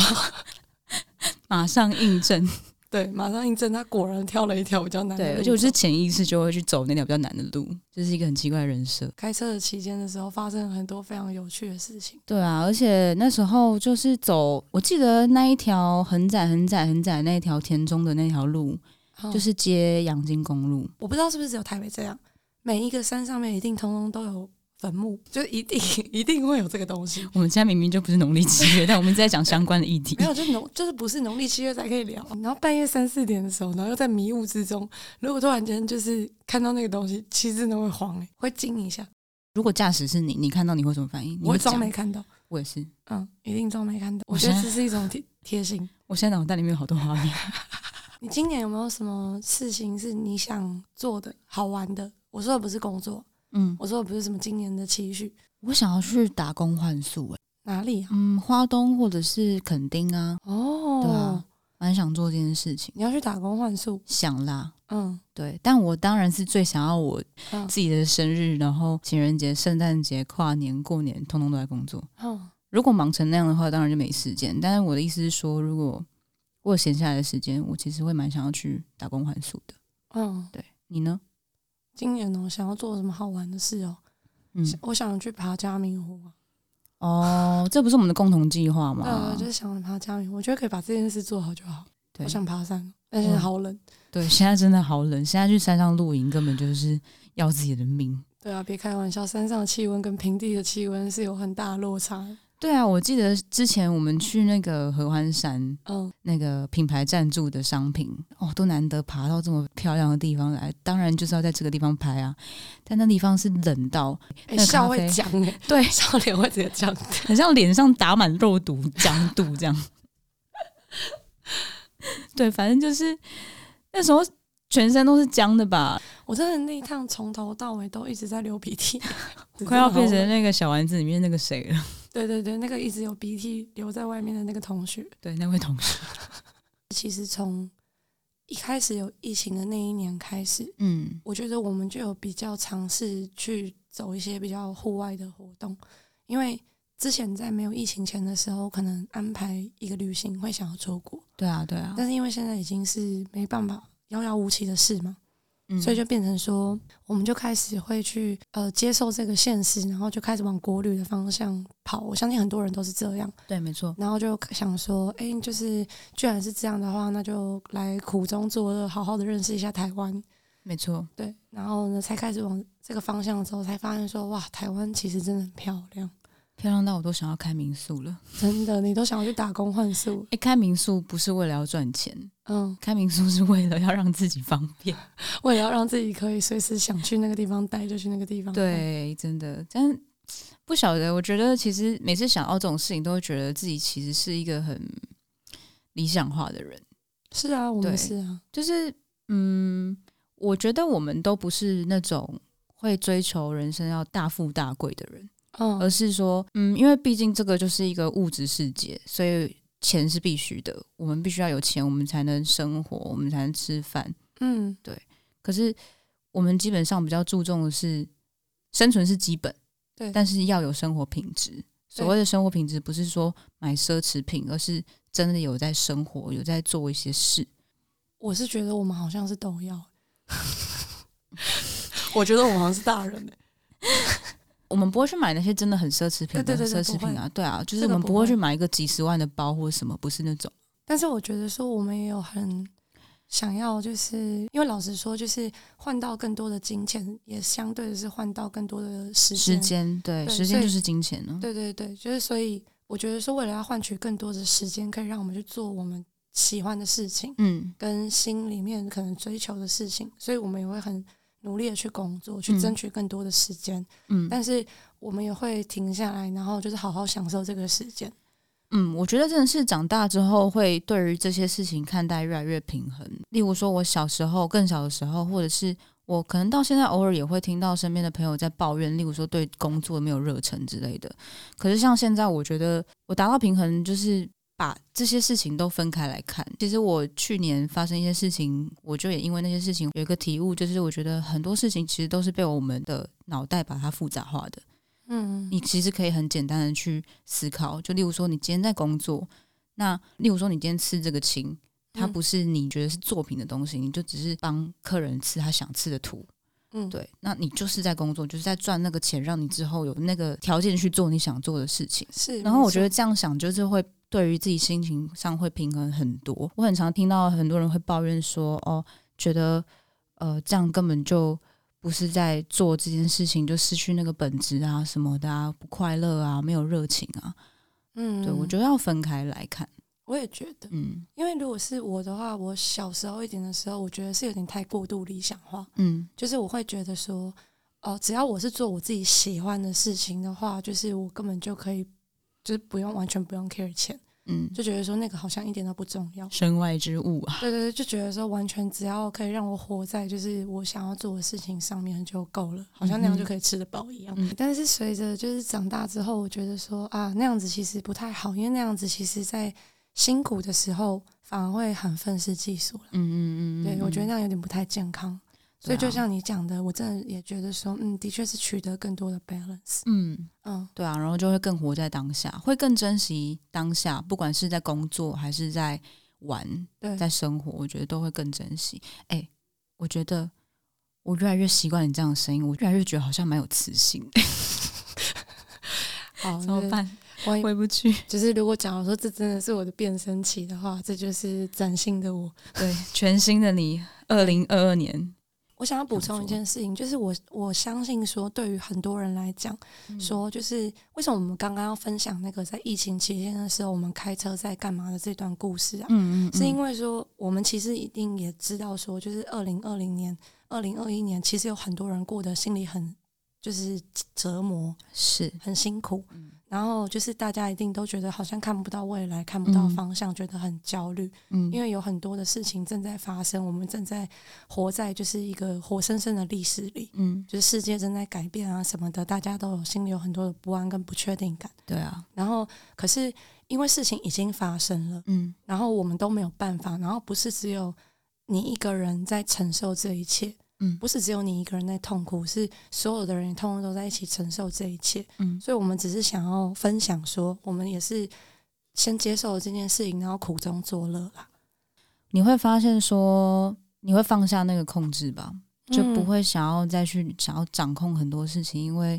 [SPEAKER 1] 马上印证，
[SPEAKER 2] 对，马上印证他果然挑了一条比较难的
[SPEAKER 1] 对，
[SPEAKER 2] 路走。
[SPEAKER 1] 而且我就是潜意识就会去走那条比较难的路，这是一个很奇怪的人设。
[SPEAKER 2] 开车的期间的时候，发生了很多非常有趣的事情。
[SPEAKER 1] 对啊，而且那时候就是走，我记得那一条很窄、很窄、很窄那一条田中的那条路，就
[SPEAKER 2] 就是
[SPEAKER 1] 接阳金公路，
[SPEAKER 2] 我不知道是不是只有台北这样，每一个山上面一定通通都有坟墓，就一定 一定会有这个东西。
[SPEAKER 1] 我们现在明明就不是农历七月，但我们一直在讲相关的议题
[SPEAKER 2] 没。有，就是农，就是不是农历七月才可以聊。然后半夜三四点的时候，然后又在迷雾之中，如果突然间就是看到那个东西，其实真的会慌、欸，会惊一下。
[SPEAKER 1] 如果驾驶是你，你看到你会什么反应？你
[SPEAKER 2] 我会
[SPEAKER 1] 讲
[SPEAKER 2] 装没，看到，
[SPEAKER 1] 我也是。
[SPEAKER 2] 嗯，一定装没看到。
[SPEAKER 1] 我
[SPEAKER 2] 我觉得
[SPEAKER 1] 现在
[SPEAKER 2] 这是一种贴贴心。
[SPEAKER 1] 我现在脑袋里面有好多画面。
[SPEAKER 2] 你今年有没有什么事情是你想做的好玩的？我说的不是工作，
[SPEAKER 1] 嗯，
[SPEAKER 2] 我说的不是什么今年的期许，
[SPEAKER 1] 我想要去打工换宿、欸，
[SPEAKER 2] 哪里啊？
[SPEAKER 1] 嗯，花东或者是垦丁啊，
[SPEAKER 2] 哦，
[SPEAKER 1] 对啊蛮想做这件事情，
[SPEAKER 2] 你要去打工换宿，
[SPEAKER 1] 想啦。
[SPEAKER 2] 嗯
[SPEAKER 1] 对，但我当然是最想要我
[SPEAKER 2] 嗯
[SPEAKER 1] 自己的生日，然后情人节、圣诞节、跨年、过年，通通都在工作。
[SPEAKER 2] 嗯
[SPEAKER 1] 如果忙成那样的话，当然就没时间。但是我的意思是说，如果我有闲下来的时间，我其实会蛮想要去打工换宿的。
[SPEAKER 2] 嗯。
[SPEAKER 1] 对你呢？
[SPEAKER 2] 今年哦，想要做什么好玩的事哦？
[SPEAKER 1] 嗯，
[SPEAKER 2] 想我想去爬嘉明湖啊，
[SPEAKER 1] 哦，这不是我们的共同计划
[SPEAKER 2] 对啊，
[SPEAKER 1] 吗
[SPEAKER 2] 我？就是想爬嘉明湖，我觉得可以把这件事做好就好。
[SPEAKER 1] 对嗯
[SPEAKER 2] 我想爬山，但是好冷。
[SPEAKER 1] 对，现在真的好冷，现在去山上露营根本就是要自己的命。
[SPEAKER 2] 对啊，别开玩笑，山上的气温跟平地的气温是有很大的落差。
[SPEAKER 1] 对啊，我记得之前我们去那个合欢山，
[SPEAKER 2] 嗯，
[SPEAKER 1] 那个品牌赞助的商品哦，都难得爬到这么漂亮的地方来，当然就是要在这个地方拍啊。但那地方是冷到，
[SPEAKER 2] 哎、
[SPEAKER 1] 那个
[SPEAKER 2] 笑
[SPEAKER 1] 咖啡
[SPEAKER 2] 会僵哎、
[SPEAKER 1] 对，
[SPEAKER 2] 笑脸会直接僵掉。
[SPEAKER 1] 很像脸上打满肉毒、浆毒这样。 对，反正就是那时候全身都是僵的吧，
[SPEAKER 2] 我真的那一趟从头到尾都一直在流鼻涕，
[SPEAKER 1] 快要变
[SPEAKER 2] 真的
[SPEAKER 1] 成
[SPEAKER 2] 好
[SPEAKER 1] 那个小丸子里面那个谁了。
[SPEAKER 2] 对对对，那个一直有鼻涕留在外面的那个同学。
[SPEAKER 1] 对，那位同事，
[SPEAKER 2] 其实从一开始有疫情的那一年开始，
[SPEAKER 1] 嗯
[SPEAKER 2] 我觉得我们就有比较尝试去走一些比较户外的活动，因为之前在没有疫情前的时候，可能安排一个旅行会想要出国，
[SPEAKER 1] 对啊，对啊，
[SPEAKER 2] 但是因为现在已经是没办法遥遥无期的事嘛，
[SPEAKER 1] 嗯
[SPEAKER 2] 所以就变成说，我们就开始会去呃接受这个现实，然后就开始往国旅的方向跑。我相信很多人都是这样，
[SPEAKER 1] 对，没错，
[SPEAKER 2] 然后就想说，哎、就是居然是这样的话，那就来苦中作乐，好好的认识一下台湾。
[SPEAKER 1] 没错，
[SPEAKER 2] 对，然后呢，才开始往这个方向之后，才发现说，哇，台湾其实真的很漂亮，
[SPEAKER 1] 漂亮到我都想要开民宿了。
[SPEAKER 2] 真的，你都想要去打工换宿，
[SPEAKER 1] 哎，开民宿不是为了要赚钱，
[SPEAKER 2] 嗯，
[SPEAKER 1] 开民宿是为了要让自己方便。
[SPEAKER 2] 为了要让自己可以随时想去那个地方待就去那个地方待。
[SPEAKER 1] 对，真的，但不晓得，我觉得其实每次想到这种事情，都会觉得自己其实是一个很理想化的人，
[SPEAKER 2] 是啊，我
[SPEAKER 1] 对
[SPEAKER 2] 们是啊，
[SPEAKER 1] 就是嗯，我觉得我们都不是那种会追求人生要大富大贵的人，而
[SPEAKER 2] 嗯，
[SPEAKER 1] 是说，嗯，因为毕竟这个就是一个物质世界，所以钱是必须的，我们必须要有钱，我们才能生活，我们才能吃饭。
[SPEAKER 2] 嗯，
[SPEAKER 1] 可是我们基本上比较注重的是生存是基本，
[SPEAKER 2] 对
[SPEAKER 1] 但是要有生活品质。所谓的生活品质，不是说买奢侈品，而是真的有在生活，有在做一些事。
[SPEAKER 2] 我是觉得我们好像是都要。 我觉得我好像是大人、欸、
[SPEAKER 1] 我们不会去买那些真的很奢侈品的
[SPEAKER 2] 对对对对
[SPEAKER 1] 奢侈品啊，对啊，就是
[SPEAKER 2] 这
[SPEAKER 1] 我
[SPEAKER 2] 个
[SPEAKER 1] 们
[SPEAKER 2] 不
[SPEAKER 1] 不会
[SPEAKER 2] 会
[SPEAKER 1] 去买一个几十万的包或什么，不是那种。
[SPEAKER 2] 但是我觉得说我们也有很想要，就是因为老实说，就是换到更多的金钱，也相对的是换到更多的时
[SPEAKER 1] 时
[SPEAKER 2] 间。
[SPEAKER 1] 间，对，
[SPEAKER 2] 对
[SPEAKER 1] 时间
[SPEAKER 2] 所以
[SPEAKER 1] 就是金钱啊呢、
[SPEAKER 2] 对对对，就是所以我觉得说，为了要换取更多的时间，可以让我们去做我们喜欢的事情，
[SPEAKER 1] 嗯，
[SPEAKER 2] 跟心里面可能追求的事情，所以我们也会很努力的去工作，去
[SPEAKER 1] 嗯
[SPEAKER 2] 争取更多的时间。
[SPEAKER 1] 嗯
[SPEAKER 2] 但是我们也会停下来，然后就是好好享受这个时间。
[SPEAKER 1] 嗯，我觉得真的是长大之后会对于这些事情看待越来越平衡。例如说，我小时候更小的时候，或者是我可能到现在偶尔也会听到身边的朋友在抱怨，例如说对工作没有热忱之类的。可是像现在，我觉得我达到平衡就是。把这些事情都分开来看。其实我去年发生一些事情，我就也因为那些事情有一个体悟，就是我觉得很多事情其实都是被我们的脑袋把它复杂化的。
[SPEAKER 2] 嗯，
[SPEAKER 1] 你其实可以很简单的去思考，就例如说，你今天在工作，那例如说你今天吃这个青，它
[SPEAKER 2] 嗯
[SPEAKER 1] 不是你觉得是作品的东西，你就只是帮客人吃他想吃的图，
[SPEAKER 2] 嗯，
[SPEAKER 1] 对，那你就是在工作，就是在赚那个钱，让你之后有那个条件去做你想做的事情。
[SPEAKER 2] 是。
[SPEAKER 1] 然后我
[SPEAKER 2] 没错
[SPEAKER 1] 觉得，这样想就是会对于自己心情上会平衡很多。我很常听到很多人会抱怨说，哦，觉得呃这样根本就不是在做这件事情，就失去那个本质啊什么的啊，不快乐啊，没有热情啊。
[SPEAKER 2] 嗯，
[SPEAKER 1] 对我觉得要分开来看，
[SPEAKER 2] 我也觉得，
[SPEAKER 1] 嗯
[SPEAKER 2] 因为如果是我的话，我小时候一点的时候，我觉得是有点太过度理想化，
[SPEAKER 1] 嗯
[SPEAKER 2] 就是我会觉得说，哦、只要我是做我自己喜欢的事情的话，就是我根本就可以，就是不用完全不用 care 钱，
[SPEAKER 1] 嗯，
[SPEAKER 2] 就觉得说那个好像一点都不重要。
[SPEAKER 1] 身外之物啊，
[SPEAKER 2] 对对对，就觉得说完全只要可以让我活在就是我想要做的事情上面就够了，好像那样就可以吃得饱一样。
[SPEAKER 1] 嗯
[SPEAKER 2] 但是随着就是长大之后，我觉得说啊那样子其实不太好，因为那样子其实在辛苦的时候，反而会很愤世嫉俗了。
[SPEAKER 1] 嗯嗯嗯，啊
[SPEAKER 2] 对，我觉
[SPEAKER 1] 得
[SPEAKER 2] 得那样有点不太健康。所以就像你讲的，我真的也觉得说，嗯，的确是取得更多的 balance。
[SPEAKER 1] 嗯。
[SPEAKER 2] 嗯，
[SPEAKER 1] 对啊，然后就会更活在当下，会更珍惜当下，不管是在工作还是在玩，
[SPEAKER 2] 对，
[SPEAKER 1] 在生活，我觉得都会更珍惜。哎、我觉得我越来越习惯你这样的声音，我越来越觉得好像蛮有磁性的，
[SPEAKER 2] 好，
[SPEAKER 1] 怎么？办？
[SPEAKER 2] 万一
[SPEAKER 1] 回不去。
[SPEAKER 2] 就是如果假如说这真的是我的变声期的话，这就是崭新的我。
[SPEAKER 1] 对，全新的你，二零二二年，
[SPEAKER 2] 我想要补充一件事情，就是我我相信说，对于很多人来讲，
[SPEAKER 1] 嗯
[SPEAKER 2] 说就是为什么我们刚刚要分享那个在疫情期间的时候，我们开车在干嘛的这段故事啊，
[SPEAKER 1] 嗯，嗯嗯，
[SPEAKER 2] 是因
[SPEAKER 1] 为
[SPEAKER 2] 为说我们其实一定也知道说，就是二零二零年、二零二一年，其实有很多人过得心里很就是折磨，
[SPEAKER 1] 是
[SPEAKER 2] 很辛苦
[SPEAKER 1] 嗯。
[SPEAKER 2] 然后就是大家一定都觉得好像看不到未来，看不到
[SPEAKER 1] 嗯
[SPEAKER 2] 方向，觉得很焦虑。
[SPEAKER 1] 嗯，
[SPEAKER 2] 因为有很多的事情正在发生，我们正在活在就是一个活生生的历史里，
[SPEAKER 1] 嗯，
[SPEAKER 2] 就是世界正在改变啊什么的，大家都有心里有很多的不安跟不确定感。
[SPEAKER 1] 对啊，
[SPEAKER 2] 然后，可是因为事情已经发生了，
[SPEAKER 1] 嗯
[SPEAKER 2] 然后我们都没有办法，然后不是只有你一个人在承受这一切，
[SPEAKER 1] 嗯
[SPEAKER 2] 不是只有你一个人在痛苦，是所有的人通通都在一起承受这一切。
[SPEAKER 1] 嗯
[SPEAKER 2] 所以我们只是想要分享说，我们也是先接受了这件事情，然后苦中作乐啦。
[SPEAKER 1] 你会发现说，你会放下那个控制吧，就不
[SPEAKER 2] 嗯
[SPEAKER 1] 会想要再去想要掌控很多事情，因为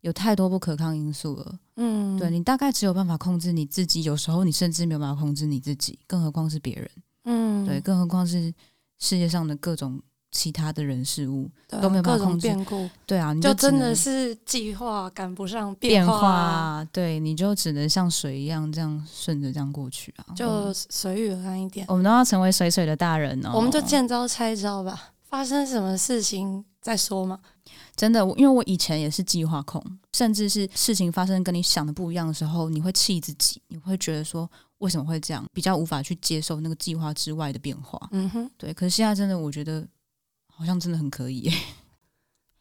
[SPEAKER 1] 有太多不可抗因素了。
[SPEAKER 2] 嗯，
[SPEAKER 1] 对你大概只有办法控制你自己，有时候你甚至没有办法控制你自己，更何况是别人。
[SPEAKER 2] 嗯，
[SPEAKER 1] 对，更何况是世界上的各种其他的人事物。
[SPEAKER 2] 对啊
[SPEAKER 1] 都没有办
[SPEAKER 2] 各
[SPEAKER 1] 法
[SPEAKER 2] 种
[SPEAKER 1] 控制
[SPEAKER 2] 变故，
[SPEAKER 1] 对啊，你
[SPEAKER 2] 就
[SPEAKER 1] 只
[SPEAKER 2] 真的
[SPEAKER 1] 能
[SPEAKER 2] 是计划赶不上
[SPEAKER 1] 变
[SPEAKER 2] 化啊，
[SPEAKER 1] 化，对，你就只能像水一样这样顺着这样过去啊。
[SPEAKER 2] 就随遇而安一点。
[SPEAKER 1] 我们都要成为水水的大人哦。
[SPEAKER 2] 我们就见招拆招吧，发生什么事情再说嘛。
[SPEAKER 1] 真的，我因为我以前也是计划控，甚至是事情发生跟你想的不一样的时候，你会气自己，你会觉得说为什么会这样，比较无法去接受那个计划之外的变化。
[SPEAKER 2] 嗯哼，
[SPEAKER 1] 对，可是现在真的，我觉得好像真的很可以耶，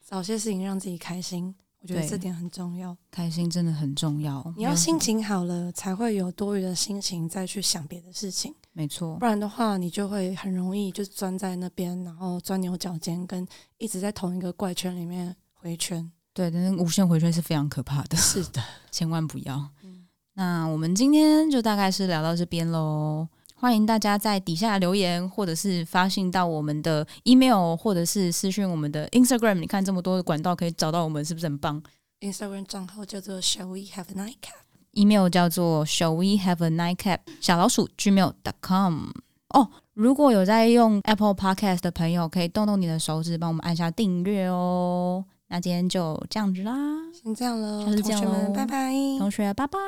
[SPEAKER 2] 找些事情让自己开心，我觉得
[SPEAKER 1] 对
[SPEAKER 2] 这点很重要。
[SPEAKER 1] 开心真的很重要。
[SPEAKER 2] 你要心，情好了，才会有多余的心情再去想别的事情，
[SPEAKER 1] 没错
[SPEAKER 2] 不，然的话，你就会很容易就钻在那边，然后钻牛角尖，跟一直在同一个怪圈里面回圈。
[SPEAKER 1] 对，但是无限回圈是非常可怕的，
[SPEAKER 2] 是的，
[SPEAKER 1] 千万不要。
[SPEAKER 2] 嗯
[SPEAKER 1] 那我们今天就大概是聊到这边喽。欢迎大家在底下留言，或者是发信到我们的 email，或者是私讯我们的 Instagram。你看这么多的管道可以找到我们，是不是很棒
[SPEAKER 2] Instagram 账号叫做 Shall We Have a Nightcap。
[SPEAKER 1] ？email 叫做 Shall we have a nightcap 小老鼠 gmail.com。哦，如果有在用 Apple Podcast 的朋友，可以动动你的手指，帮我们按下订阅哦。那今天就这样子啦，
[SPEAKER 2] 先这样喽，
[SPEAKER 1] 下次
[SPEAKER 2] 同
[SPEAKER 1] 见
[SPEAKER 2] 学们，
[SPEAKER 1] 喽
[SPEAKER 2] 拜拜。
[SPEAKER 1] 同学，拜拜。